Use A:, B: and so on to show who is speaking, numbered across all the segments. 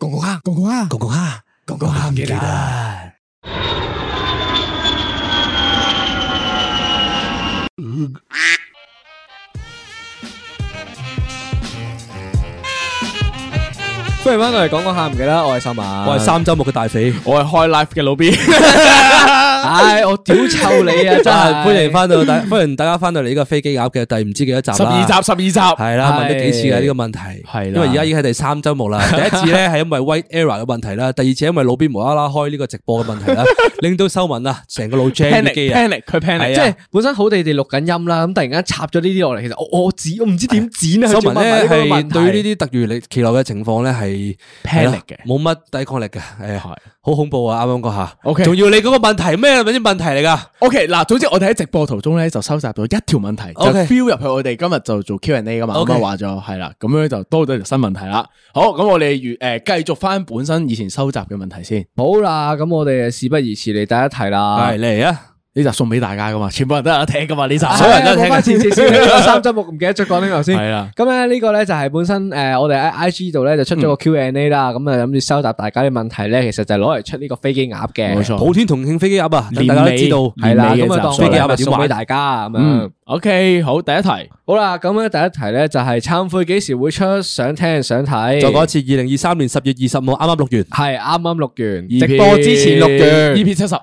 A: 공공하 공공하 공공하 공공합니다.
B: 不如翻到嚟講講下唔記得，我係秀文，
C: 我係三周目嘅大肥，
D: 我系开 live 嘅老 B，
B: 唉，我屌臭你啊！真係
C: 歡迎翻到大，歡迎大家翻到嚟呢個飛機鴨嘅第唔知幾多集啦
D: 十二集，十二集，
C: 系
D: 系
C: 啦，問咗幾次嘅呢個問題，
D: 係啦
C: 因為而家已經係第三周目 啦。第一次咧係因為 White Era 嘅問題啦，第二次因為老邊無啦啦開呢個直播嘅問題 啦，令到收文啊成個腦 jam 啲
D: panic
C: 機啊，
D: panic 佢 panic，
B: 即係本身好地地錄緊音啦，咁突然間插咗呢啲落嚟，其實我我剪我唔知點剪啊！
C: 收文咧係對
B: 呢
C: 呢啲突如你其來嘅情況咧係
D: Panic 嘅
C: 冇乜抵抗力嘅，係
D: 係
C: 好恐怖啊！啱啱嗰下
D: OK
C: 仲要你嗰個問題咩？咪啲問題嚟㗎。
D: OK 嗱，總之我哋喺直播途中咧就收集到一條問題，就
C: OK
D: feel 入去我哋今日就做 Q&A 噶嘛，咁
C: OK
D: 啊話咗係啦，咁樣就多咗條新問題啦。好，咁我哋如诶繼續翻本身以前收集嘅問題先，
B: 好啦，咁我哋事不宜遲，嚟第一題啦
C: 係。嚟啊！
D: 呢集送俾大家噶嘛，全部人都有得聽噶嘛呢集，
B: 唉
C: 所有人都聽
B: 啊講返前次先，三周目唔記得咗講呢 個先。
D: 係啦
B: 咁咧呢個咧就係本身诶，誒我哋喺 I G 度咧就出
C: 嗯
B: 咗個 Q&A 啦，咁啊諗住收集大家啲問題咧，其實就係攞嚟出呢個飛機鴨嘅。
D: 冇錯
C: 普天同慶飛機鴨啊，等大家都知道
B: 系啦，
D: 年尾嘅
B: 咁啊
D: 集
B: 當
D: 數
B: 飛機
C: 啦
B: 鴨咪送俾大家咁樣
D: 嗯。，OK，好，第一題，
B: 好啦，咁咧第一題咧就係忏悔幾時會出，想聽想睇。
C: 再講一次，二零二三年十月二十五啱啱錄完，
B: 係啱啱錄
D: EP
B: 完，直播之前錄完。
D: EP E 七十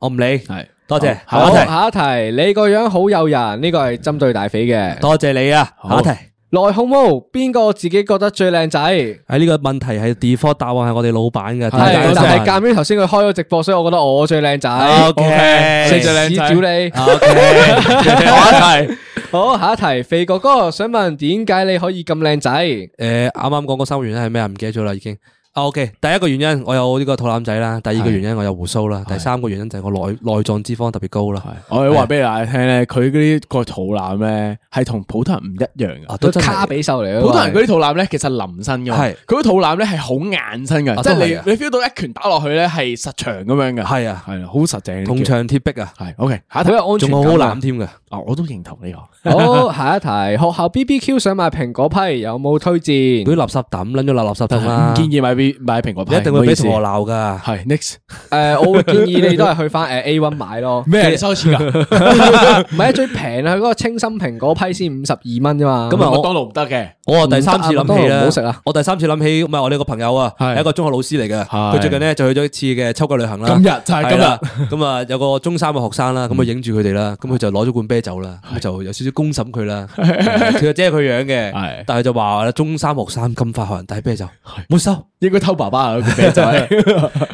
C: 我唔理，
D: 係
C: 嗯多謝。
D: 好
C: 下一題，
B: 好，下一題，你個樣好誘人，呢個係針對大肥嘅。
C: 多謝你啊！下
D: 好
C: 一題，
B: 內控冇邊個自己覺得最靚仔？係，
C: 喺呢個問題係 default 答案係我哋老闆嘅，
B: 但
C: 點解
B: 係鑑於頭先佢開咗直播，所以我覺得我最靚仔。
C: O K，
B: 食
D: 最靚
B: 屎
D: 仔
B: 屌你！
C: O K，
D: 下一題，
B: 好，下一題，肥哥哥想問點解你可以咁靚仔？
C: 呃誒啱啱講嗰三個原因係咩啊？唔記得咗啦已經。啊 O K，第一個原因我有呢個肚腩仔啦，第二個原因我有胡鬚啦，第三個原因就係我內內臟脂肪特別高啦。
D: 我要話俾大家聽咧，佢嗰啲個肚腩咧係同普通人唔一樣噶
C: 啊。都真係
B: 卡比獸嚟嘅，
D: 普通人嗰啲肚腩咧，其實淋身噶嘛，
C: 係
D: 佢啲肚腩咧係好硬身嘅，
C: 啊
D: 即係
C: 都係啊
D: 你你 feel 到一拳打落去咧係實長咁樣嘅，
C: 係啊，
D: 係啊，好實淨。
C: 銅牆鐵壁啊，
D: 係 OK，下
B: 好
D: 一題
B: 有安
C: 仲
B: 全感
C: 好
B: 啊
C: 好攬添㗎。
D: 啊，我都認同呢個。
B: 好，下一題，學校 BBQ 想買蘋果批，有冇推薦？
C: 嗰啲垃圾抌撚咗落垃圾桶啦
D: 唔，建議買 B 買蘋果批，
C: 一定
D: 唔好
C: 會
D: 意
C: 俾
D: 思
C: 同學鬧㗎。
D: 係 next
B: 诶，我會建議你都係去翻诶 A one 買咯，
D: 咩收錢㗎？
B: 唔係啊，最平啊，佢嗰個清新蘋果批先五十二蚊啫嘛。
C: 咁啊
D: 麥當勞唔得嘅，
C: 我啊第三次諗
B: 唔
C: 起
B: 得啊麥當勞
C: 啦，
B: 唔好食啊！
C: 我第三次諗起，唔係我哋個朋友啊，
D: 係
C: 係一個中學老師嚟嘅，
D: 係
C: 佢最近咧就去咗一次嘅秋季旅行啦。
D: 今日就係今日嗯啊
C: 係啦，咁啊有個中三嘅學生啦，咁佢影住佢哋啦，咁佢就攞咗罐啤酒啦，咁就有少少公審佢 啦，佢即係佢樣嘅
D: 係，
C: 但係就話啦，中三學生咁快學人帶啤酒，冇收，
D: 應該偷爸爸啊個 啤酒係。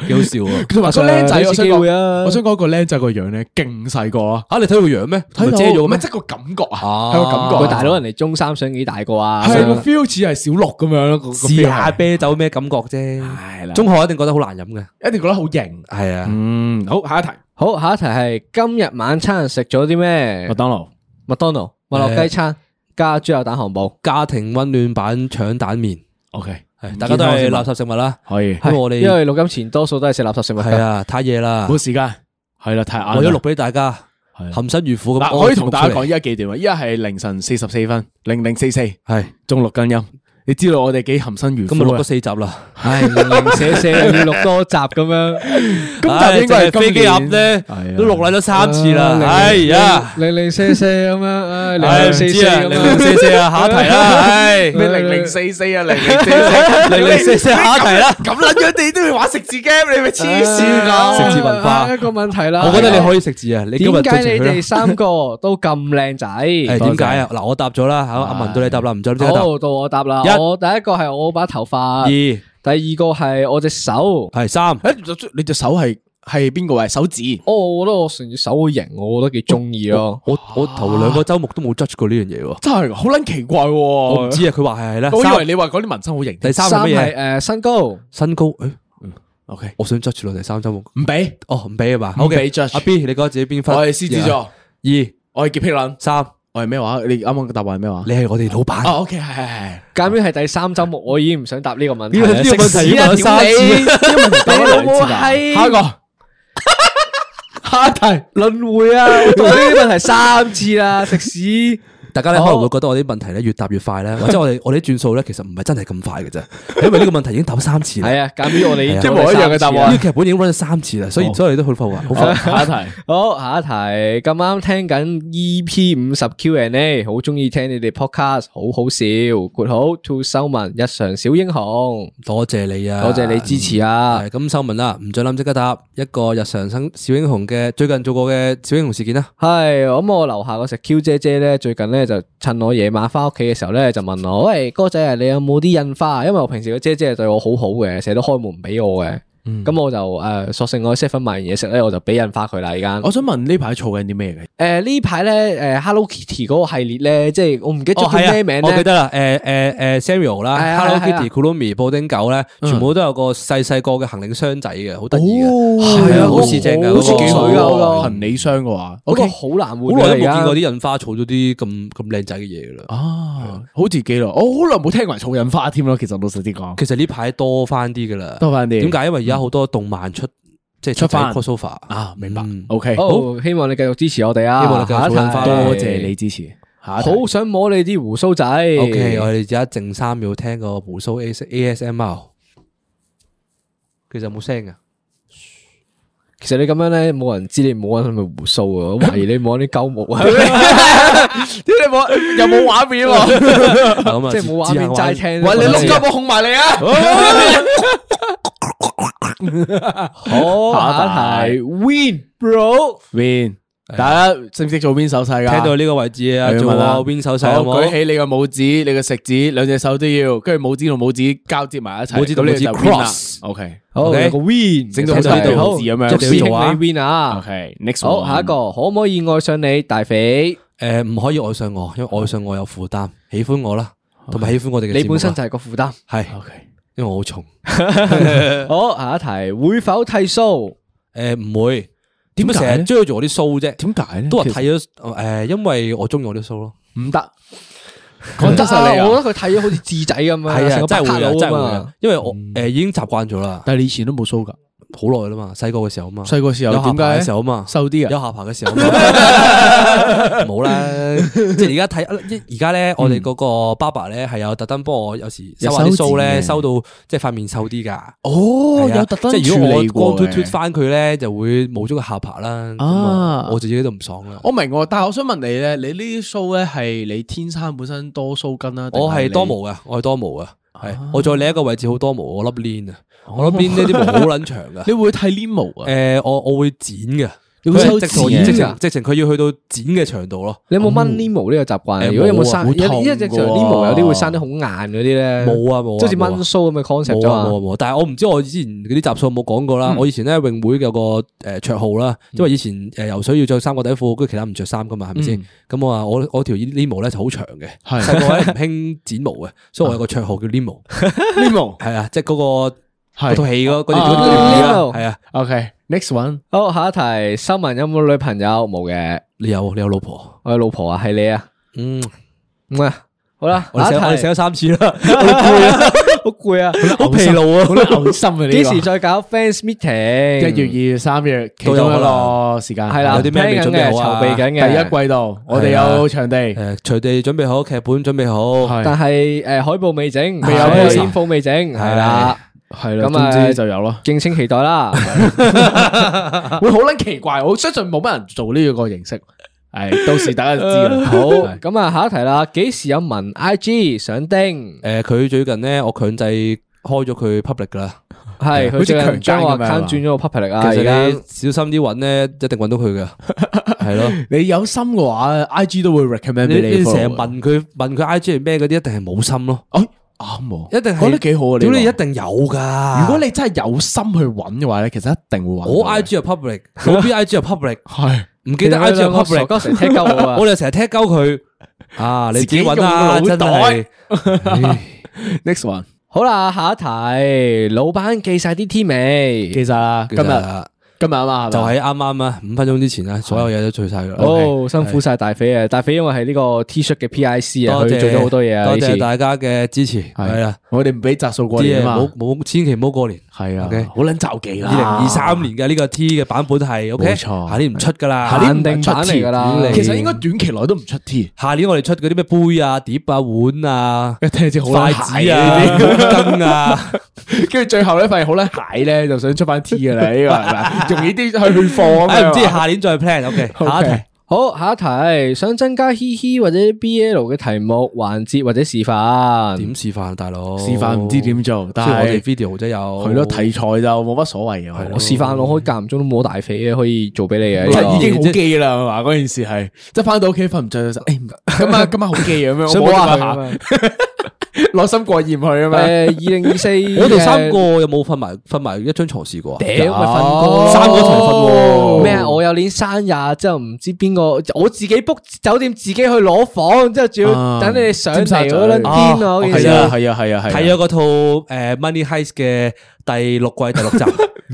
C: 幾好笑啊！
D: 同埋個僆仔，
B: 俾次
D: 我想
B: 機會
D: 講，
B: 啊
D: 我想講個僆仔個樣咧，勁細個啊，
C: 啊，你睇佢個樣咩？
D: 睇
C: 咪
D: 到
C: 遮咗嘅
D: 咩？
C: 咩？
D: 即係個感覺啊，
C: 啊
D: 係個感覺啊。
B: 喂，大佬人哋中三想幾大個啊？
D: 係個 feel 似係小六咁樣咯，個個
C: 試
D: feel
C: 下
D: 係
C: 啤酒咩感覺啫？
D: 係啦，啊中
C: 中學一定覺得好難飲嘅，
D: 一定覺得好型。
C: 係啊，
D: 嗯，好，下一題，
B: 好，下一題係今日晚餐食咗啲咩？
D: 當勞。
B: 麥當勞麥樂雞餐加豬油蛋漢堡。
C: 家庭温暖版腸蛋麵，
D: O K，
C: 係大家都係垃圾食物啦。
D: 可以，
C: 因為我哋
B: 因為錄音前多數都係食垃圾食物
C: 系
B: 㗎。
C: 啊，太夜啦，
D: 冇時間，係啦，太晏啦。
C: 為咗錄俾大家，
D: 係
C: 含辛茹苦咁
D: 嗱，
C: 安
D: 可以同大
C: 排
D: 家
C: 出
D: 講
C: 嚟
D: 依，家幾點啊？依家係凌晨四十四分，零零四四，
C: 係
D: 中六更音。你知道我哋幾含辛茹
C: 今日
D: 苦
C: 錄
D: 啊
C: 咗四集啦。
B: 唉，零零舍舍又要錄多集咁樣，
D: 咁就應該係
C: 飛機
D: 今
C: 鴨
D: 年
C: 咧，
D: 係啊
C: 都錄嚟咗三次啦。哎呀，
B: 零零舍舍咁樣，唉，零
C: 唉，
B: 零
C: 唔
B: 舍
C: 知
B: 舍
C: 啊，
B: 咁
C: 零
B: 樣
C: 零。四四啊，下一題啦，唉，
D: 咩零零四四 啊，零零四四，
C: 零零四四下一題啦。
D: 咁撚樣你都要玩食字 game，你咪黐線
C: 啊
D: 㗎！
C: 食字文化
B: 啊一個問題啦。
C: 我覺得你可以食字啊，你今日
B: 點
C: 做
B: 解
C: 成
B: 你
C: 佢
B: 哋
C: 啦。
B: 三個都咁靚仔？
C: 誒點解啊？嗱，我答咗啦，嚇阿文到你答啦，唔再即刻答。
B: 好，到我答啦
C: 一。
B: 我第一個係我把頭髮，
C: 二
B: 第二個係我隻手，
C: 係三，
D: 誒，你隻手係系边个位？手指。
B: 哦，我覺得我成隻手好型，我覺得幾中意咯。
C: 我我头两个周末都冇 judge 过呢样嘢喎。
D: 真系好撚奇怪喎！
C: 我
D: 我
C: 唔知啊，佢话系系啦。
D: 以為
C: 三
D: 你話嗰啲紋身好型。
C: 第三系
B: 三
C: 乜
B: 係
C: 嘢？
B: 诶身高，
C: 身高，诶，
D: O K，
C: 我想 judge 咯，第三周末。
D: 唔俾，
C: 哦，唔俾啊嘛。
D: 唔
C: O K，
D: 俾 judge
C: 阿 B，你覺得自己邊分？
D: 我係獅子座，
C: 一。二
D: 我係潔癖撚，
C: 三，
D: 我係咩話？你啱啱嘅答案係咩話？
C: 你係我哋老闆。
D: 哦，O K，係係係。
B: 鑑於係第三周目，我已經唔想答呢個問題
C: 呢個
B: 啦。
C: 呢個問題要問三次。
B: 你老母係
D: 下一個，下一題。
B: 輪回啊！我讀呢啲問題三次啦，食屎！
C: 大家咧可能會覺得我啲問題咧越答越快咧，或者我哋我哋啲轉數咧其實唔係真係咁快 嘅啫，因為呢個問題已經答咗三次啦。
B: 係啊，鑑於我哋已經
D: 一模一樣嘅答
C: 呢個
D: 案
C: 劇本已經 run 咗三次啦，所以所以都好快好
B: 啊
C: 快。
D: 下一題。
B: 好，下一題咁啱聽緊 E.P. 五十 Q&A，好中意聽你哋 podcast，好好笑。括號 To 修文日常小英雄，
C: 多謝你啊，
B: 多謝你支持
C: 嗯。
B: 啊！
C: 係咁，收文啦，唔准諗即刻答一個日常生小英雄嘅最近做過嘅小英雄事件啊啦。
B: 係咁我樓下個食 Q 姐姐咧，最近咧就趁我夜晚翻屋企嘅時候咧，就問我：喂，哥仔啊，你有冇啲印花啊？因為我平時個姐姐係對我好好嘅，成日都開門俾我嘅。
C: 嗯
B: 咁、我就誒、呃索性我 set 份買完嘢食咧，我就呃俾印花佢
C: 嗯
B: 啦。而家
C: 哦 啊
D: 我想問呢排嘈緊啲咩嘅？
B: 誒呢排咧誒 Hello Kitty 嗰個系列咧，即係我唔記得哦咗
C: 哦係啊
B: 叫咩名
C: 我記
B: 咧。
C: 得啦，誒誒誒 Samuel 啦
B: 係啊
C: ，Hello
B: 係啊係啊
C: Kitty、
B: 嗯
C: Kurumi、布丁狗咧，全部都有個細細個嘅行李箱仔嘅，好得意
B: 哦
C: 嘅。
D: 係
C: 啊好似正啊㗎
D: 哦好似
C: 嗰個
D: 幾好
C: 水㗎
B: 嗰個
D: 㗎。哦行李箱嘅話
B: 嗰
D: ，O
B: 個
D: K，
B: 好難
C: 好
B: 換
C: 耐都
B: 嘅
C: 冇
B: 而
C: 見過
B: 家。
C: 啲印花儲咗啲咁咁靚仔嘅嘢㗎啦。
D: 啊，好似幾耐。我好耐冇聽過人嘈印花添咯。其實老實啲講，
C: 其實呢排多翻啲㗎啦。
D: 多翻啲。
C: 點解？因為而家好多動漫出即係
D: 出
C: 翻
D: 返
C: crossover
D: 啊？明白
C: 嗯。
D: O K，好，
B: 好，希望你繼續支持我哋啊！
C: 希望你繼續
B: 下一題
C: 儲印花啦
D: 多謝你。支持。下一題
B: 好想摸你啲胡鬚仔。
C: O K，我哋而家靜三秒聽個胡鬚 A A S M R，其實有冇聲㗎？
B: 其實你咁樣咧，冇人知你摸緊係咪胡鬚啊！我懷疑你摸緊啲鳩毛 啊！
D: 屌你冇又冇畫面喎，
C: 咁啊
B: 即係冇畫面齋聽
D: 喂你
B: 我
D: 碌
B: 知
D: 鳩我控埋你啊！
B: 好，下
D: 下
B: 一
D: 一
B: 題 Win Bro，
D: Win，大家識唔識做 Win 手勢噶？
C: 啊聽到呢個位置啊，
D: 係
C: 做
D: 咁
C: 個
D: 啦
C: win 手勢好
D: 好，
C: 冇
D: 舉？起你個拇指、你個食指，兩隻手都要，跟住拇指同拇指交接埋一齊，
C: 拇指同
D: 咁
C: 拇指
D: 你就 win 啦
C: cross
D: OK，
B: 好
C: OK
B: 有個 Win，
D: 整到
B: 聽
D: 好大
B: 呢度
D: 個字咁樣
B: 祝師
C: 你要做啊
B: 兄你 Win 啊！
D: OK，next
B: 好，下一個可唔可以愛上你大肥？
C: 誒唔可以愛上我，因為愛上我有負擔，喜歡我啦，同埋喜歡我哋嘅節目啊。
B: 你本身就係個負擔。
C: 係，
D: OK，
C: 因為我好重。
B: 好，下一題會否剃鬚？
C: 誒唔會，點解
D: 點解
C: 成日
D: 咧
C: 追住我啲須啫？
D: 點解咧？
C: 都話
D: 其
C: 剃
D: 實
C: 咗誒，因為我中意我啲須咯。
D: 唔得，講真實你
B: 啊我
D: 啊！
B: 覺得佢剃咗好似智仔咁啊，
C: 係
B: 成個
C: 真係會
B: 白卡佬
C: 啊，
B: 咁
C: 真係會
B: 啊
C: 啊，因為我誒已經習慣咗啦，
D: 但係你以前都冇鬚噶，
C: 好耐啦嘛，細個嘅時候嘛，
D: 細個時候
C: 啊有下
D: 點
C: 巴
D: 解
C: 嘅時候嘛，
D: 瘦啲
C: 有
D: 啊？
C: 下巴嘅時候嘛，冇啦，即係而家睇，而家咧我哋嗰個爸爸咧係有特登幫我有時收下啲鬚咧，
D: 有修
C: 收到即係塊面瘦啲㗎。
D: 哦
C: 係啊即係如果我光脱脱
D: 嘅
C: 翻佢咧，就會冇咗個下巴啦。咁啊
D: 啊
C: 我自己都唔爽啦。
D: 我明喎，但係我想問你咧，你呢啲鬚咧係你天生本身多鬚根啦？定
C: 我係
D: 你
C: 多毛嘅，我係多毛嘅，係我再另一個位置好多毛，我粒 l 啊，我粒 l 呢啲毛好撚長㗎。
D: 你會剃黏毛啊？
C: 诶、我我会剪嘅，
D: 你會
C: 佢係
D: 修
C: 直情
D: 剪
C: 直
B: 啊
C: 情直情佢要去到剪嘅長度咯，
B: 你有冇掹 Nemo 呢個習慣啊？
C: 誒
B: 如果有冇
C: 冇啊
B: 生，
D: 好
B: 有
D: 痛
B: 啲一隻長
D: 㗎喎
B: Nemo 有啲會生得好硬嗰啲咧，
C: 冇啊冇啊，
B: 即係好似
C: 冇啊
B: 掹須咁嘅 concept
C: 冇
B: 啫
C: 啊冇啊
B: 嘛。
C: 冇啊，但係我唔知我之前嗰啲集數有冇講過啦。我以前咧泳會有個誒綽號啦，因為以前誒游水要着三角底褲，跟住其他唔着衫噶嘛，係咪先？咁我話我我條呢毛咧就好長嘅，
D: 係
C: 細個咧唔興剪毛嘅，所以我有個綽號叫 l 毛，
D: 黏毛
C: 係啊，即係嗰個
D: 係
C: 嗰套戲嗰嗰條
D: 啊
C: 嗰條魚啦
B: Nemo
C: 係啊，
D: OK，next one。
B: 好，下一題，修文有冇女朋友？冇嘅，
C: 你有你有老婆，
B: 我嘅老婆啊，係你啊。
C: 嗯，
B: 嗯啊，好啦，
C: 我哋寫我
B: 下一
C: 哋
B: 題
C: 寫咗三次啦，
B: 好攰啊，
C: 好疲勞啊，
D: 好心啊！
B: 幾
D: 呢
B: 時
D: 個
B: 再搞 fans meeting？
D: 一月、二月、三月，其中一
C: 都有可
D: 個時間
B: 係啦，
C: 有啲咩未
B: 聽緊
C: 準備
B: 嘅，
C: 好啊
B: 籌備緊
D: 第
B: 嘅
D: 一季度，我哋
C: 啊
D: 有場地，
C: 誒，隨地準備好，劇本準備好，
D: 係
B: 但係诶海報未整，未
D: 有
B: 海報
D: poster
B: 煙報未整，係啦，
D: 係啦，
B: 咁啊
D: 總之就有咯。
B: 敬請期待啦。
C: 啊
D: 會好撚奇怪，我相信冇乜人做呢個形式。 係，到時大家就知啦。
B: 好，咁啊下一題啦，幾時有文 I G 上丁？
C: 诶，佢、最近咧，我強制開咗佢 public 噶啦。
B: 係
D: 啊好
B: 佢
D: 似
B: 最近將我
D: 強姦咁樣啊
B: account 轉咗個 public 啊，
C: 其
B: 而
C: 實你
B: 家
C: 小心啲揾咧，一定揾到佢嘅，係咯。
D: 你有心嘅話，I G 都會 recommend
C: 你
D: 俾啊
C: 你成日
D: follow 嘅
C: 問佢問佢 I G 係咩嗰啲，一定係冇心咯。
D: 哎啱啊，
C: 一定係
D: 覺得幾好啊！
C: 屌
D: 呢
C: 你
D: 個
C: 一定有噶。
D: 如果你真係有心去揾嘅話咧，其實一定會揾到嘅。
C: 我 I G 又 public，老 B I G 又 public，
D: 係
C: 唔記得 I G 又 public，
B: 嗰時踢鳩我啊
C: 我！哋成日踢鳩佢 啊！你自己揾啦，
D: 自己用
C: 真
D: 腦
C: 係
D: 袋。next one，
B: 好啦，下一題，老闆記晒啲 T 未？
D: 其實啊今
C: 今日
D: 日今日啊嘛，
C: 就
D: 係咪
C: 喺啱啱啊，五分鐘之前啊，所有嘢都做晒啦。
B: 哦，辛苦晒大肥啊！大肥因為係呢個 T 恤嘅 PIC 啊，
C: 多
B: 佢
C: 謝
B: 做咗好多嘢啊，
C: 多
B: 呢次
C: 謝大家嘅支持，係啦，
D: 我哋唔俾集數過
C: 啲嘢
D: 嚟啊
C: 冇
D: 嘛，
C: 冇，千祈唔好過年。
D: 係啊
C: OK，
D: 好撚就忌啦。
C: 二零二三年嘅呢個 T 嘅版本係 OK，
D: 冇錯
C: 下年唔出噶啦，
D: 下年唔
B: 限定
D: 出嗯
B: 版嚟㗎啦
D: T，其實應該短期內都唔出 T，
C: 下年我哋出嗰啲咩杯啊、碟啊、碗啊、
D: 一聽就好
C: 筷
D: 撚
C: 子
D: 蟹
C: 啊、
D: 呢啲
C: 羹 啊，
D: 跟住最後咧發現好撚蟹咧，就想出翻 T 㗎啦，呢個 係咪？容易啲去去貨啊
C: 唉
D: 嘛
C: 哎唔知下年再 plan。OK，下一題。
B: 好，下一題，想增加嘻嘻或者 BL 嘅題目、環節或者示範。
C: 點示範，啊大佬？
D: 示範唔知點做，但
C: 雖哦然我哋哦
D: 係
C: video 啫有，
D: 係咯題材就冇乜所謂啊嘅，
B: 我示範，我可以間唔中都摸大肥啊嘅，可以做俾你嘅。
D: 即
B: 呢
D: 係
B: 個
D: 已經好機啦，係嘛？嗰件事係即係翻到屋企瞓唔着就誒，唔得今晚 今晚好機啊咁樣，
B: 想
D: 我摸下
B: 摸下佢啊嘛
D: 攞心過意唔去啊咁
B: 誒，
D: 樣。
B: 二零 二四，
C: 我哋三個有冇瞓埋瞓埋一張床試過啊？
B: 屌咪瞓過，
D: 三個一齊瞓喎
B: 咩啊？我有年生日之後唔知邊個，我自己 book 酒店，自己去攞房，之後仲要
D: 啊
B: 等你哋上
D: 尖沙
B: 嚟
D: 咀
B: 嗰撚癲啊！嗰件
D: 係
B: 事
D: 啊係啊 係啊係啊。
C: 睇咗嗰套誒 Money Heist 嘅第六季第六集，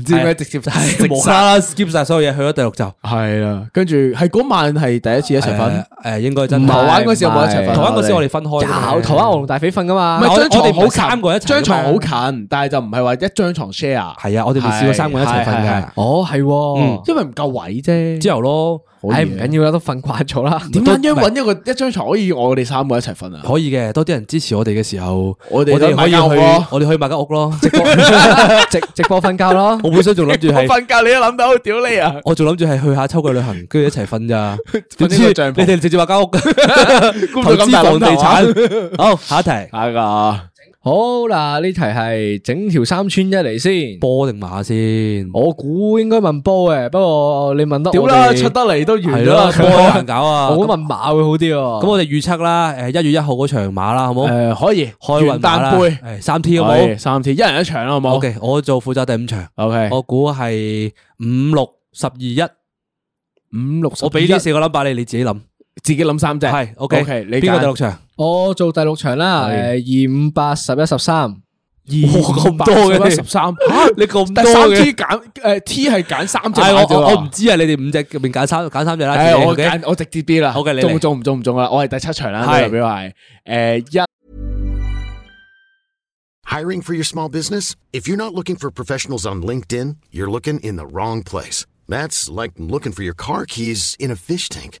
C: 唔
D: 知點解直接
C: 係無啦啦 skip 晒所有嘢，去咗第六集。
D: 系啦，跟住係嗰晚係第一次一齊瞓，
C: 誒應該真
B: 唔
C: 係
D: 台
B: 係
D: 灣嗰時有冇一齊
B: 唔係
D: 瞓？
C: 台灣嗰時我哋分開嘅，
B: 有台灣我同大肥瞓噶嘛？
D: 唔係
C: 我
D: 張床
C: 我哋唔係
D: 好近，
C: 三個一齊㗎嘛
D: 張床好近，但係就唔係話一張床 share，
C: 係啊，我哋未試過三個人一齊瞓
D: 係係
C: 嘅
D: 係。
B: 哦，係喎，
D: 因為唔夠位啫。
C: 之後咯，
B: 唉，唔緊要啦，都瞓慣咗啦。
D: 點樣樣揾一個一張床可以我哋三個一齊瞓啊？
C: 可以嘅，多啲人支持我哋嘅時候，
D: 我哋
C: 我哋
D: 都買
C: 可以去，
D: 間屋咯
C: 我哋去買間屋 咯。
B: 直播 直直播瞓覺咯。
C: 我本身仲諗住
D: 我
C: 係，
D: 瞓覺你都諗到，屌你啊！
C: 我仲諗住係去下秋季旅行，跟住一齊瞓咋。點知
D: 瞓呢個帳
C: 你
D: 篷
C: 哋直接話 間屋，
D: 估唔
C: 投資
D: 到咁大
C: 房
D: 諗
C: 地
D: 頭啊
C: 產。 好，下一題，
D: 下一個啊，
B: 好啦，呢題係整條三穿一嚟先。
C: 波定馬先？
B: 我估應該問波嘅，不過你問得
D: 屌
B: 我
D: 啦，
B: 哋
D: 出得嚟都完
C: 係
D: 咗
C: 咯，
D: 啦，
C: 波好難搞 啊。 咁
B: 我估問馬會好啲喎。
C: 咁我哋預測啦，誒一月一號嗰場馬啦，好冇？
D: 誒可以
C: 開運
D: 元
C: 馬啦
D: 旦杯，
C: 誒三 T 好
D: 係
C: 冇
D: 三次，一人一場啦，好冇
C: ？OK，我做負責第五場，
D: ？OK，
C: 我估係五六十二一，
D: 五六十，
C: 我俾呢四個 number 你，你自己諗。
D: 自己諗三隻，
C: 係 OK，啊
D: OK，你
C: 邊個
D: 揀
C: 第六場？
B: 我做第六場啦，誒二五八十一十三，
D: 二
C: 咁多嘅
D: 十三，
C: 你咁
D: 但三 T 揀誒 T 係揀三隻
C: 唉我
D: 馬啫
C: 我我唔
D: 喎。
C: 知啊，你哋五隻入面揀三揀三隻啦。
D: 唉
C: 自己
D: 我
C: OK？
D: 揀我直接啲啦
C: OK，你嚟
D: 中唔中唔中唔中啦，我係第七場啦，
C: 係
D: 代表係誒一
E: Hiring for your small business? If you're not looking for professionals on LinkedIn, you're looking in the wrong place. That's like looking for your car keys in a fish tank.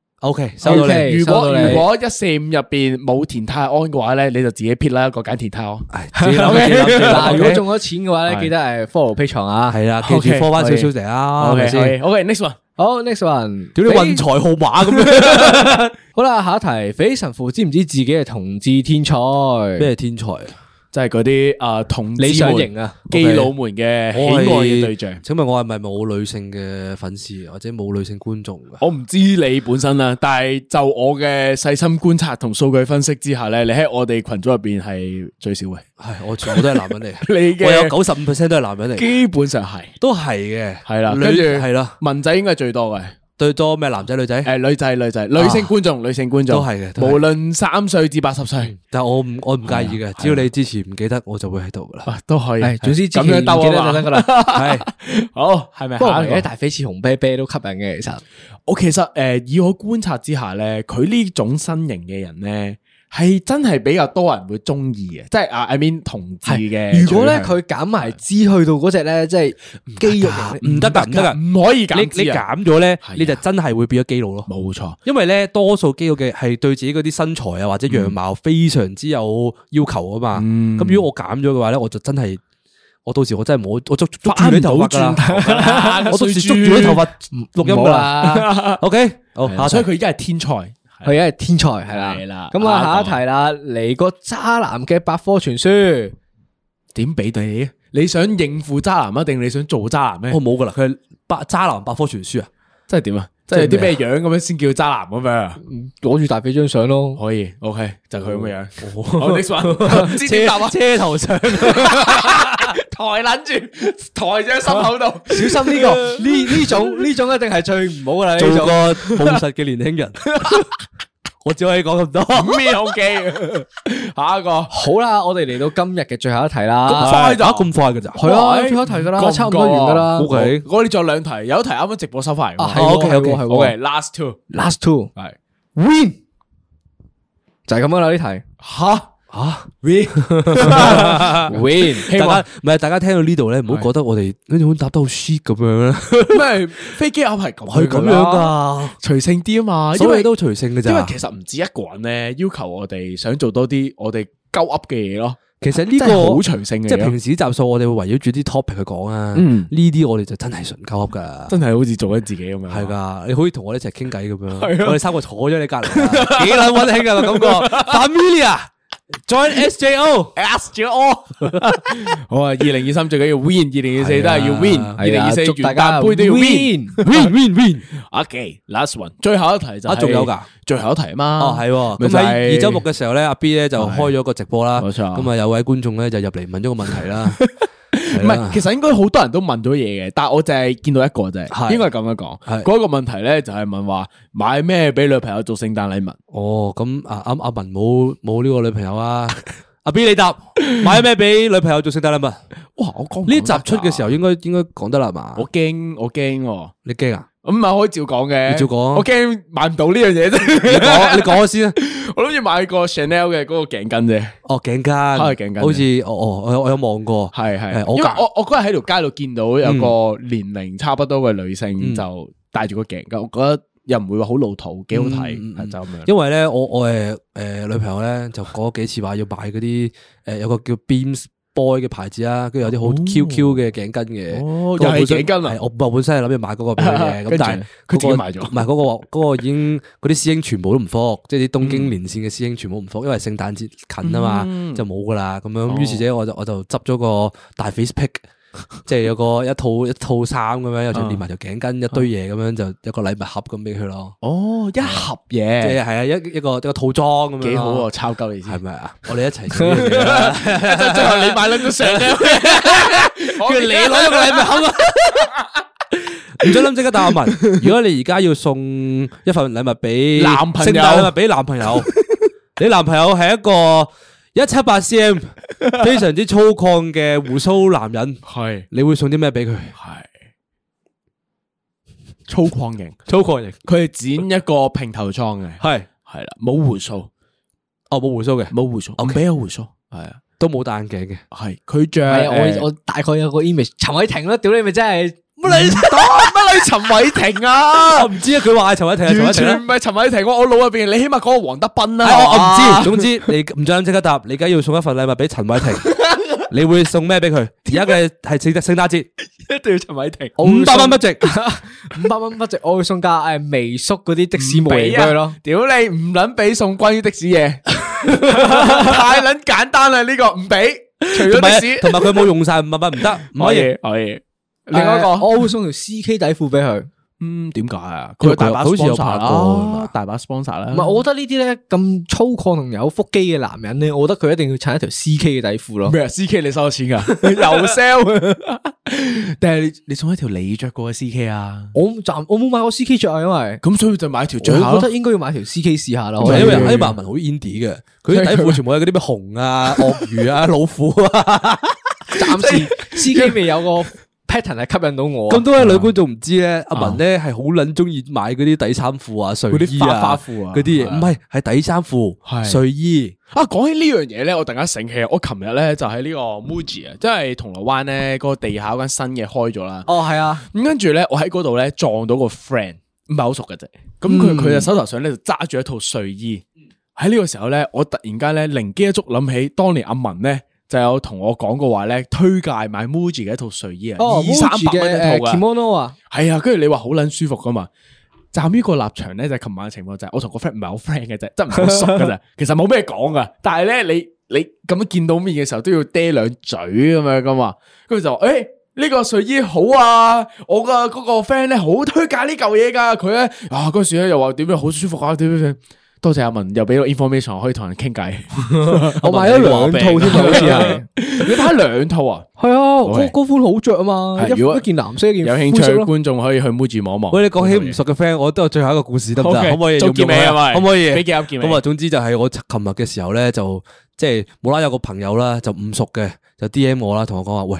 C: OK，收到
B: OK
C: 你。
D: 如
B: 收
D: 果
B: 到你
D: 如果一四五入邊冇田泰安嘅話咧，你就自己撇啦，一個揀田泰安。
C: 唉自己 諗自己諗自己諗
B: 嗱，如果
C: OK
B: 中咗錢嘅話咧，
D: 係
B: 記得誒 follow P 場啊。
C: 係啦，記住
D: OK，
C: 科翻少少
D: 可以
C: 嚟啊，係咪
D: OK
C: 先？
D: OK next one，
B: 好，next one，
C: 屌你運財號碼咁樣，
B: 好啦，下一題，匪神父知唔知自己係同志天才？
C: 咩天才？
D: 即係嗰啲誒同志
B: 理想
D: 們
B: 型啊
D: 基佬們嘅喜
C: 我
D: 愛
C: 係
D: 嘅對象。
C: 請問我係咪冇女性嘅粉絲或者冇女性觀眾㗎？
D: 我唔知你本身啦，但係就我嘅細心觀察同數據分析之下咧，你喺我哋群組入邊係最少嘅，
C: 係我全部都係男人嚟，
D: 你嘅
C: 我有九十五 percent 都係男人嚟，
D: 基本上係
C: 都係嘅，
D: 係啦，
C: 女
D: 跟住
C: 係啦，
D: 文仔應該係最多嘅，
C: 最多咩男仔女仔？
D: 诶，女仔女仔，女性觀眾，女性觀眾
C: 都係嘅都係
D: 無論三歲至八十歲
C: 但我唔我唔介意嘅，只要你之前唔記得，我就會喺度噶啦。
D: 啊都可以。
B: 系，总之
D: 咁
B: 咁
D: 樣
B: 样
D: 兜
B: 兜就
D: 啊嘛
B: 得噶啦。
D: 好係咪
B: 不过
D: 下一
B: 而
D: 個？
B: 家大翡翠紅啤啤都吸引嘅，其實
D: 我其實诶、呃以我觀察之下咧，佢呢種身形嘅人咧，係真係比較多人會中意嘅，即係啊，I mean 同志嘅。
B: 如果咧佢減埋脂去到嗰只咧，即係肌肉型
C: 唔得噶，唔
B: 啊
C: 得噶，
D: 唔可以
C: 你
D: 減脂
C: 你
D: 啊，
C: 減咗咧
D: 係啊，
C: 你就真係會變咗肌肉咯。
D: 冇錯，
C: 因為咧，多數肌肉嘅係對自己嗰啲身材啊或者樣貌非常之有要求啊嘛。
D: 嗯
C: 咁如果我減咗嘅話咧，我就真係我到時我真係冇我捉捉住
D: 翻
C: 你
D: 唔到
C: 頭髮㗎
D: 轉頭㗎啦
C: 啦 我到時
D: 衰
C: 捉住你
D: 豬
C: 頭髮錄音
B: 唔好啦。
C: 啦。OK，好，
D: 係啊
C: 下
D: 所以
C: 題
D: 佢而家係天才。
B: 佢因為天才係啦，
D: 係啦
B: 咁啊下一
D: 下一個
B: 題啦，嚟個渣男嘅百科全書，
D: 點俾你？你想應付渣男啊，定你想做渣男咧？
C: 我冇噶啦，佢係百渣男百科全書啊。
D: 即係點啊？即係啲咩樣咁樣先叫渣男咁樣？
B: 攞住大翡翠張相咯。
D: 可以，OK，就佢咁 嘅樣。哦好，next one，唔知點答啊？
C: 車頭上
D: 抬捻住，抬咗喺心口度。
B: 小心呢個 呢呢種呢種一定係最唔好噶啦呢
C: 做個
B: 種。
C: 務實嘅年輕人， 我只可以講咁多。
B: 哦
D: 咩好機？ 下一個
B: 好啦，我哋嚟到今日嘅最後一題啦
D: 咁。快哎咋
C: 啊咁快噶咋？
B: 係啊，
D: 喂
B: 最後一題㗎
D: 覺
B: 啦，
D: 覺
B: 差唔多完㗎啦。
D: 啊
C: 好，OK
D: 我我哋仲有兩題，有一題啱啱直播收翻嚟。
B: 啊，係
C: 哦
B: ，OK
C: ，OK，OK，
B: OK 係喎
D: OK，last two
B: Last two
D: 係
B: win 就係咁樣啦呢題。
D: 吓
C: 啊！
B: win
D: 希
C: 大
D: 望
C: 家唔係大家聽到呢度咧，唔好覺得我哋好似好似答得好 shit 咁樣啦，
D: 咩飛機鴨係咁
C: 係咁樣
D: 㗎
C: 噶，
D: 啦，隨性啲啊嘛，因
C: 所
D: 為
C: 以都隨性嘅
D: 因為
C: 咋。
D: 其實唔止一個人咧，要求我哋想做多啲我哋鳩噏嘅嘢咯，
C: 其實呢
D: 真係好
C: 個
D: 隨性嘅
C: 即係
D: 嘢咯，
C: 平時集數，我哋會圍繞住啲 topic 去講啊。
D: 嗯
C: 呢啲我哋就真係純鳩噏噶，
D: 真係好似做緊自己咁樣。
C: 係噶。你可以同我哋一齊傾偈咁樣，我哋三個坐咗你隔離啊， 幾撚温馨啊個感覺。Familia join SJO。
D: ，ask 咗我。 好啊，二零二三最緊要 win，二零二四都係啊要 win，二
B: 係
D: 零
B: 啦
D: 二四
B: 祝大
D: 元
B: 家
D: 旦杯都要 win。
C: Win win win！
D: OK，last one，最後一題就係
C: 啊仲有㗎，
D: 最後一題啊嘛。
C: 哦，係喎。
D: 咪
C: 咁
D: 就係
C: 喺二周目嘅時候咧，阿 B 咧就開咗個直播啦。
D: 冇錯
C: 咁啊，有位觀眾咧就入嚟問咗個問題 啦。
D: 唔
C: 唔
D: 係，其實應該好多人都問咗嘢嘅，但係我就係見到一個啫，
C: 係
D: 應該係咁樣講。
C: 係
D: 嗰個問題咧就係問話買咩俾女朋友做聖誕禮物？
C: 哦，咁啊，阿阿文冇冇呢個女朋友啊？阿 B 你答，買咩俾女朋友做聖誕禮物？
D: 哇！ 我啊講唔講
C: 呢集出嘅時
D: 得㗎
C: 候，應該應該講得啦嘛？
D: 啊我驚我驚喎，
C: 你驚啊？
D: 咁咪可以照講嘅。
C: 你照講
D: 我驚買唔到呢樣嘢
C: 你
D: 啫。
C: 講你講先啊！
D: 我諗住買個 Chanel 嘅嗰個頸巾啫，
C: 哦，頸
D: 係
C: 巾，
D: 頸巾
C: 好似哦哦，我有我有望過，
D: 係係
C: 係，我嗯
D: 因為
C: 夾
D: 我我嗰日喺條街度見到有個年齡差不多嘅女
C: 嗯
D: 性就戴住個頸巾，我覺得又唔會話好老土，幾好睇，
C: 嗯嗯嗯
D: 係就咁樣。
C: 因為咧，我我誒誒女朋友咧就講咗幾次話要買嗰啲誒有個叫 Beams Boy 嘅牌子啦，跟住有啲好 QQ 嘅頸巾嘅，
D: 哦
C: 咁我
D: 又係
C: 本身
D: 頸巾啊
C: 係我我本身係諗住買嗰個 俾佢嘅，咁
D: 跟住
C: 但係
D: 佢自己
C: 嗰個
D: 買咗
C: 唔係嗰個嗰個已經嗰啲師兄全部都唔復，即係啲東京
D: 嗯
C: 連線嘅師兄全部唔復，因為聖誕節近啊嘛，就冇噶啦，咁
D: 哦
C: 樣於是者我就我就執咗個大 face pick。即 係有個一套一套衫咁樣，又
D: 啊
C: 仲連埋條頸巾一堆嘢咁樣，就一個禮物盒咁俾佢咯。
D: 哦，一盒
C: 即
D: 嘢
C: 係係啊，一一個一個套裝咁樣咯，
D: 幾好喎，抄鳩你先
C: 係。咪啊？我哋一 齊做呢樣嘢啊啦，
D: 最後你買撚咗上
C: 跟啊住你攞咗個禮物盒啊！ 唔准諗即刻答我問，如果你而家要送一份禮物俾
D: 男朋友
C: 聖誕禮物俾男朋 友，你男朋友係一個一七八 cm 非常之粗犷嘅胡鬚男人，
D: 係
C: 你會送啲咩俾佢？
D: 係粗犷型，
C: 粗犷型
D: 佢係剪一個平頭裝嘅，
C: 係
D: 係啦，冇胡鬚，
C: 哦，冇胡鬚嘅，
D: 冇胡鬚，唔俾有胡鬚，係啊，
C: 都冇戴眼鏡嘅。
D: 係佢着
B: 係啊，
D: 誒
B: 我我大概有個 image，陳偉霆啦，屌你咪真係乜你
D: 多乜你陳偉霆啊
C: 我？唔知啊，佢話係陳偉霆係陳偉
D: 完
C: 霆啦
D: 全唔係陳偉霆喎，我腦入邊你起碼講個黃德斌啊啦，
C: 哎我我唔知，
D: 係嘛
C: 總之你唔准即刻答，你而家要送一份禮物俾陳偉霆，你會送咩俾佢？而家嘅係聖聖誕節，
D: 一定要陳偉霆，
C: 五百蚊不值，
B: 五百蚊不值，我會送架诶微叔嗰啲的士模型俾
D: 俾
B: 佢
D: 啊
B: 咯。！
D: 屌你唔撚俾送關於的士 嘢，太撚簡單啦呢個唔俾，除咗
C: 同
D: 的
C: 埋
D: 士
C: 同埋 佢冇用晒五百蚊唔得，唔可以。
D: 可以。另
B: 另
D: 外
B: 外
D: 一
B: 一
D: 個
B: 個，我會送條 C K 底褲俾佢，
D: 嗯，點解啊？
C: 因為
D: 佢大把
C: 佢好似有
D: sponsor
C: 拍過
D: 啦，大把 sponsor 啦。
B: 唔係，我覺得呢啲咧咁粗犷同有腹肌嘅男人咧，我覺得佢一定要襯一條 C K 嘅底褲咯。
D: 咩啊？CK 你收咗錢噶， 又 sell。但係你你送一條你着過嘅 CK 啊？
B: 我暫我冇買過 C K 着啊，因為
D: 咁所以就買條着下
B: 我覺
D: 咯
B: 得。應該要買條 C K 試下啦。
C: 唔係因
B: 因
C: 為
B: 為
C: 喺白文好 indie 嘅，佢啲底褲全部係嗰啲咩熊啊、 鱷魚啊、老虎啊，
B: 暫時 C K 未有個 pattern 係吸引到我啊。
C: 咁多位女觀眾唔知咧，阿文咧係好撚中意買嗰啲底衫褲啊、睡
D: 嗰
C: 衣
D: 啲花花
C: 啊、
D: 褲啊
C: 嗰啲嘢，唔係係底衫褲、
D: 係
C: 睡衣。
D: 啊，講起呢樣嘢咧，我突然間醒起，我琴日咧就喺呢個 Muji 啊，即係銅鑼灣咧嗰個地下嗰間新嘅開咗啦。
B: 哦，係啊，
D: 咁跟住咧，我喺嗰度咧撞到個 friend，唔係好熟嘅啫。咁
B: 嗯
D: 佢佢就手頭上咧就揸住一套睡衣。喺呢個時候咧，我突然間咧靈機一觸，諗起當年阿文咧就有同我講過話咧，推介買 Muji 嘅一套睡衣啊，
B: 哦
D: 二三百蚊一套
B: Muji 嘅誒
D: 噶。
B: kimono 啊，
D: 係啊，跟住你話好撚舒服噶嘛？站於個立場咧，就係琴晚嘅情況就係我同個 friend 唔係好 friend 嘅啫，即係唔係好熟嘅 啫。其實冇咩講噶，但係咧你你咁樣見到面嘅時候都要嗲兩嘴咁樣噶嘛。跟住就話誒。欸呢個睡衣好啊！我個嗰個 friend 咧好推介呢嚿嘢噶，佢咧啊嗰時咧又話點樣好舒服啊，點樣點樣多謝阿文又俾個 information 我可以同人 傾偈。
B: 我買咗兩套添 啊，好似係。
D: 你睇兩套 啊，
B: 係啊，嗰
D: 喂
B: 嗰款好着啊嘛，
D: 係如果
B: 一一件藍色，一件
D: 有興
B: 灰
D: 趣
B: 色
D: 嘅
B: 咯
D: 觀眾可以去 Muji 望 一望。
C: 喂，你講起唔熟嘅 friend，我都有最後一個故事得唔得？
D: OK，
C: 可唔可以
D: 做
C: 用
D: 結
C: 用
D: 尾啊咪
C: 可唔可以？
D: 俾幾粒結尾
C: 咁啊，總之就係我琴日嘅時候咧，就即係冇啦有個朋友啦，就唔熟嘅，就 D M 我啦，同我講話喂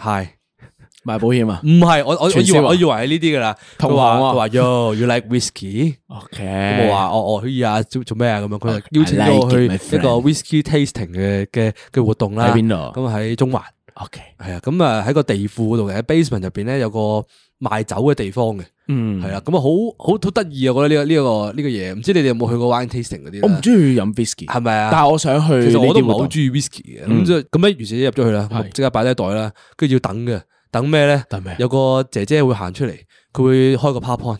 C: ，hi。
D: 買保險啊
C: 唔係，我我我以
D: 傳銷
C: 為
D: 啊
C: 我以為係呢啲噶啦。
D: 同
C: 佢話
D: 行啊
C: 佢話 Yo you like whisky？
D: ？OK，
C: 咁我話我我可以啊，做做咩啊？咁樣佢話邀請
D: Oh, I like
C: 咗我去
D: it,
C: 一
D: my
C: 個 whisky tasting 嘅嘅嘅活動啦。
D: 喺邊度
C: 咁喺中環
D: OK，
C: 係啊，咁啊喺個地庫嗰度嘅喺 basement 入邊咧有個賣酒嘅地方嘅，
D: 嗯
C: 係啊，咁啊好好好得意啊！我覺得呢個呢個呢個嘢，唔知你哋有冇去過 wine tasting 嗰啲咧？
D: 我唔中意飲 whisky，
C: 係咪啊？
D: 但係我想去。
C: 其實我都唔係好中意 whisky 嘅，咁
D: 嗯
C: 即係咁樣，於是入咗去啦，
D: 係
C: 即刻擺低袋啦，跟住要等嘅，等咩咧？
D: 等咩
C: 有個姐姐會行出嚟，佢會開個 PowerPoint，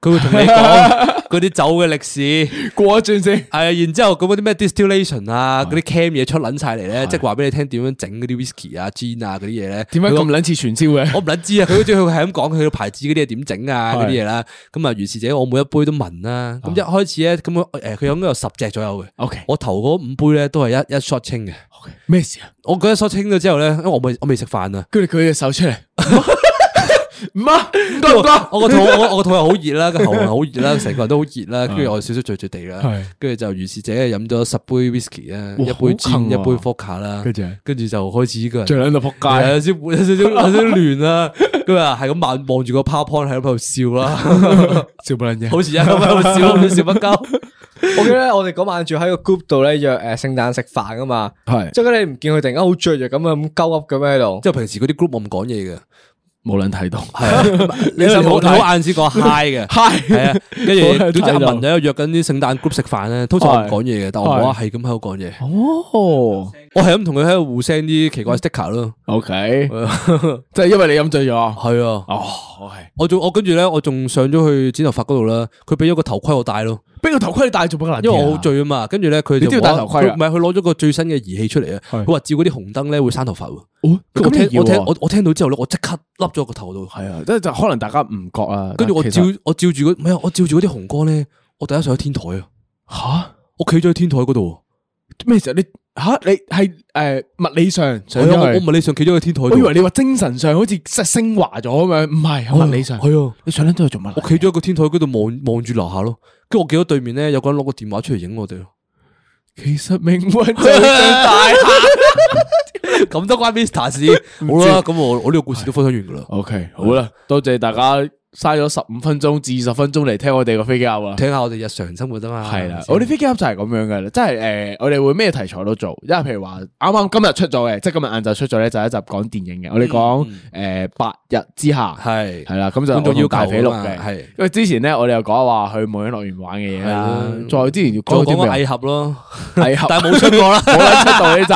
C: 佢會同你 講嗰啲酒嘅歷史，
D: 過一轉先。
C: 係啊，然之後咁嗰啲咩 distillation 啊，嗰啲 cam 嘢出撚晒嚟咧，即係話俾你聽點樣整嗰啲 whisky 啊、gin 啊嗰啲嘢咧，
D: 點解
C: 佢
D: 咁
C: 個
D: 撚似傳銷嘅？
C: 我唔撚知啊，佢好似佢係咁講佢個牌子嗰啲嘢點整啊嗰啲嘢啦，咁啊，如是者我每一杯都聞啦，
D: 啊
C: 咁一開始咧，咁我誒佢應該有十隻左右嘅
D: OK
C: 我頭嗰五杯咧都係一一 shot 清嘅，
D: 咩事啊？
C: 我嗰一 shot 清咗之後咧，因為我未我未食飯啊，
D: 跟住佢隻手出嚟， 唔啊，唔該唔該，
C: 我個肚我我個肚又好熱啦，個喉嚨又好熱 啦，成個人都好熱啦，跟住我有少少醉醉地啦
D: 係，
C: 跟住就如是者飲咗十杯 whisky 啦，一杯
D: 哇好
C: 氈，
D: 坑
C: 一
D: 啊
C: 杯 f o c a 啦，
D: 跟住呢
C: 跟住就開始個人
D: 最撚到仆
C: 係啊
D: 街。
C: 有少有少少有少少亂啦，佢話係咁望望住個 PowerPoint 喺度笑 啦，
D: 笑不撚嘢
C: 好似而家咁喺度笑，唔知笑乜鳩。
B: 我記得咧，我哋嗰晚仲喺個 group 度咧約誒聖誕食飯噶嘛，
D: 係
B: 即係嗰啲你唔見佢突然間好雀躍咁樣咁鳩噏咁啊樣喺度，
C: 即係平時嗰啲 group 我唔講嘢嘅，
D: 冇撚睇到，
C: 係啊，你就好好晏先 講 hi 嘅
D: Hi
C: 係啊，跟
D: 我有
C: 住
D: 睇
C: 總之阿
D: 到
C: 文仔約緊啲聖誕 group 食飯咧，通常我唔
D: 係
C: 講嘢嘅，但我冇啊係咁喺度講嘢，
D: 哦
C: 我係咁同佢喺度互 send 啲奇怪 sticker 咯，
D: ，OK，
C: 係
D: 即係因為你飲醉咗。
C: 啊，
D: 哦，係，
C: 我仲我跟住咧，我仲上咗去剪頭髮嗰度啦，佢俾咗個頭盔我戴咯。
D: 俾個頭盔你戴做乜撚嘢啊？
C: 因為我好醉啊嘛，跟住咧佢就
D: 你都要戴頭盔
C: 佢唔
D: 啊
C: 係佢攞咗個最新嘅儀器出嚟啊，
D: 係
C: 佢話照嗰啲紅燈咧會生頭髮喎。
D: 哦，
C: 我
D: 咁你
C: 聽
D: 要
C: 我聽
D: 啊
C: 我我聽到之後咧，我即刻笠咗個頭度。
D: 係啊，即係就可能大家唔覺啊。
C: 跟住我
D: 但其
C: 照
D: 實
C: 我照住嗰唔係啊我照住嗰啲紅光咧，我第一上咗天台啊，
D: 吓
C: 我企咗喺天台嗰度。
D: 咩
C: 啊
D: 時候你吓你係誒物理上
C: 係
D: 上
C: 啊我
D: 咗
C: 我
D: 去
C: 唔。係你上企咗喺天台度。
D: 我以為你話精神上好似即升華咗咁樣，唔係哦係物理上。
C: 係啊，
D: 你上撚都係做乜
C: 我
D: 撚？
C: 企咗喺個天台嗰度望望住樓下咯。跟住我見到對面咧有個人攞個電話出嚟影我哋咯。
D: 其實命 運就係最大。
C: 咁都關 Mr 事。 好啦，咁我我呢個故事都分享完噶啦。
D: OK，好啦，多謝大家嘥咗十五分鐘至十分鐘嚟聽我哋個飛機鴨啦。
C: 聽下我哋日常生活啊嘛。
D: 係啦，我哋飛機鴨就係咁樣嘅啦，即係诶，我哋會咩題材都做，因為譬如話啱啱今日出咗嘅，即係今日晏晝出咗咧，就係一集講電影嘅，我哋講诶八日之下
C: 係
D: 嗯係啦，咁就
C: 觀眾要求
D: 我同大肥
C: 啊
D: 錄
C: 嘛
D: 嘅，
C: 係
D: 因為之前咧我哋又講話去無影樂園玩嘅嘢啦
C: 係，
D: 再之前要
C: 再
D: 講
C: 講
D: 啲
C: 個
D: 咩啊
C: 藝俠咯，
D: 藝俠
C: 但係冇出過啦。
D: 啊 冇啦，出到呢集。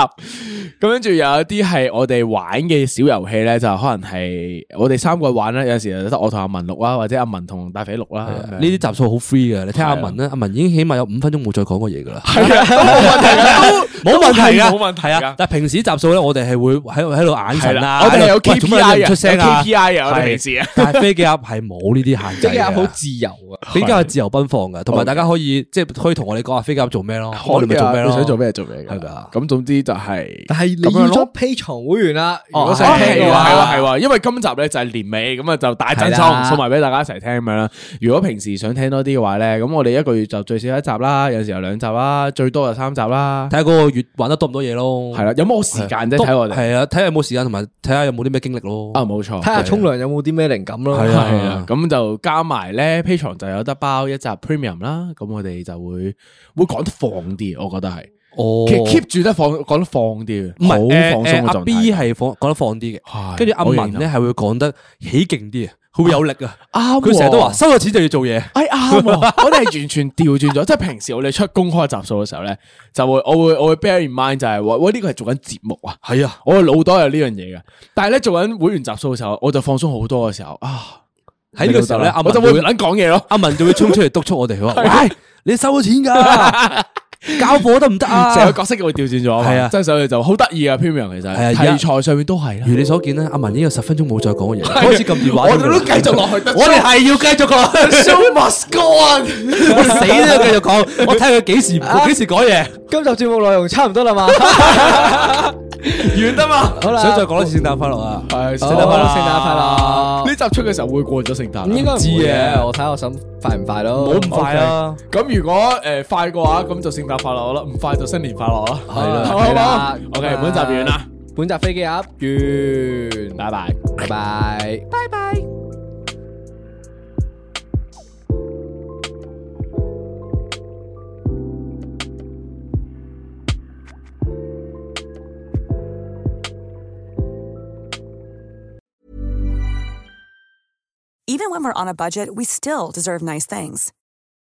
D: 咁跟住有一啲係我哋玩嘅小遊戲咧，就可能係我哋三個玩啦，有陣時就得我同阿文文錄啦，或者阿文同大肥錄啦。
C: 啊
D: 咁樣
C: 呢啲集數好 free 嘅，你聽下阿文啦，阿文已經起碼有五分鐘冇再講過嘢噶啦，啊冇問題啊噶，
D: 都冇問題㗎
C: 係啊。但係平時集數咧，我哋係會喺度喺度眼
D: 係
C: 神
D: 啦
C: 啊，
D: 我哋係有
C: 喺度喂做乜
D: KPI
C: 你唔出聲啊
D: 有 KPI 啊我哋
C: 係
D: 平時啊
C: 但係飛機鴨係冇呢啲限制
B: 即係
C: 嘅，
B: 好自由啊！
C: 飛機鴨係自由奔放嘅，同埋大家可以即係可以同我哋講下飛機鴨做咩
D: 啊
C: 咯，我哋咪做咩咯，
D: 你想做咩就做咩
C: 係啊
D: 噶
C: 㗎。
D: 咁總之就係，
B: 但係你要
D: 咁樣咯
B: 咗 P 床會員啦，如果
D: 哦，系
B: 想聽
D: 喎，
B: 嘅
D: 係
B: 話，
D: 喎，係喎，因為今集咧就係年尾，咁啊就大增
C: 係
D: 收
C: 啦
D: 送埋俾大家一齊聽咁樣啦。如果平時想聽多啲嘅話咧，咁我哋一個月就最少一集啦，有時候兩集啦，最多就三集啦
C: 睇。下嗰個月玩得多唔多嘢咯，
D: 係啦，有冇時間啫？睇我哋
C: 係啊，睇下有冇時間同埋睇下有冇啲咩經歷咯。
D: 啊，冇錯，
B: 睇下沖涼有冇啲咩靈感咯。
C: 係啊
D: 係啊，咁就加埋咧 p a t r o n 就有得包一集 Premium 啦，咁我哋就會會講得放啲，我覺得係，
C: 哦
D: 其實 keep 住得放，講得放啲嘅，
C: 唔係誒
D: 好放鬆
C: 誒
D: 嘅
C: 阿
D: 狀
C: B
D: 態。
C: 係放講得放啲
D: 係
C: 嘅，跟住阿
D: 我
C: 文咧係會講得起勁啲啊，佢會有力啊。
D: 啱
C: 佢成日都話
D: 喎
C: 收咗錢就要做嘢，
D: 哎啱喎，我哋係完全調轉咗，即係平時我哋出公開集數嘅時候咧，就會我會我會 bear in mind 就係話，喂呢個係做緊節目啊，
C: 係啊，
D: 我嘅腦袋有呢樣嘢嘅，但係咧做緊會員集數嘅時候，我就放鬆好多嘅時候啊，
C: 喺呢個時候咧，阿
D: 我
C: 文就
D: 就會唔
C: 會
D: 撚講嘢咯。
C: 阿文就會衝出嚟督促我哋，佢話：，喂，你收咗錢 㗎，交貨得唔得啊？
D: 成個角色會調轉咗，
C: 係啊
D: 真上去就好得意啊！Premium 其實
C: 係啊而家
D: 題材上面都係啦
C: 如，你所見咧，阿文已經有十分鐘冇再講嘢，開始撳電話。
D: 我哋都繼續落去得，
C: 我哋係要繼續落去
D: must go on，
C: 我死都要繼續講。我睇佢幾時
D: 啊
C: 幾時講嘢，
B: 今集節目內容差唔多啦嘛，
D: 完得嘛？
B: 好啦，
C: 想再講多次聖誕快樂啊！
D: 係
B: 好
D: 聖誕快樂，
B: 聖誕快樂
D: 呢集出嘅時候會過咗聖誕啦，
B: 唔應該唔
D: 知
B: 知嘅，我睇下我審快唔快咯。
D: 冇咁
C: 快啊！
D: 咁如果誒快嘅話，咁就聖誕快樂啦；唔快就新年快樂啦。係
B: 啦
D: 好唔
B: 係啦
D: 好？OK，本集完啦，
B: 本集飛機鴨完，
D: 拜拜。
B: 拜拜。
F: Even when we're on a budget, we still deserve nice things.